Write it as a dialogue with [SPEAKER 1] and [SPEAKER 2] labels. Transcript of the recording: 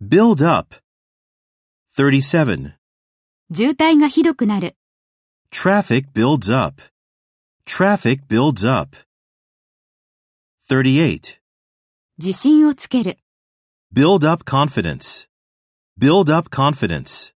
[SPEAKER 1] Build up. 37.
[SPEAKER 2] 渋滞がひどくなる。
[SPEAKER 1] Traffic builds up. Traffic builds up. 38.
[SPEAKER 2] 自信をつける。
[SPEAKER 1] Build up confidence. Build up confidence.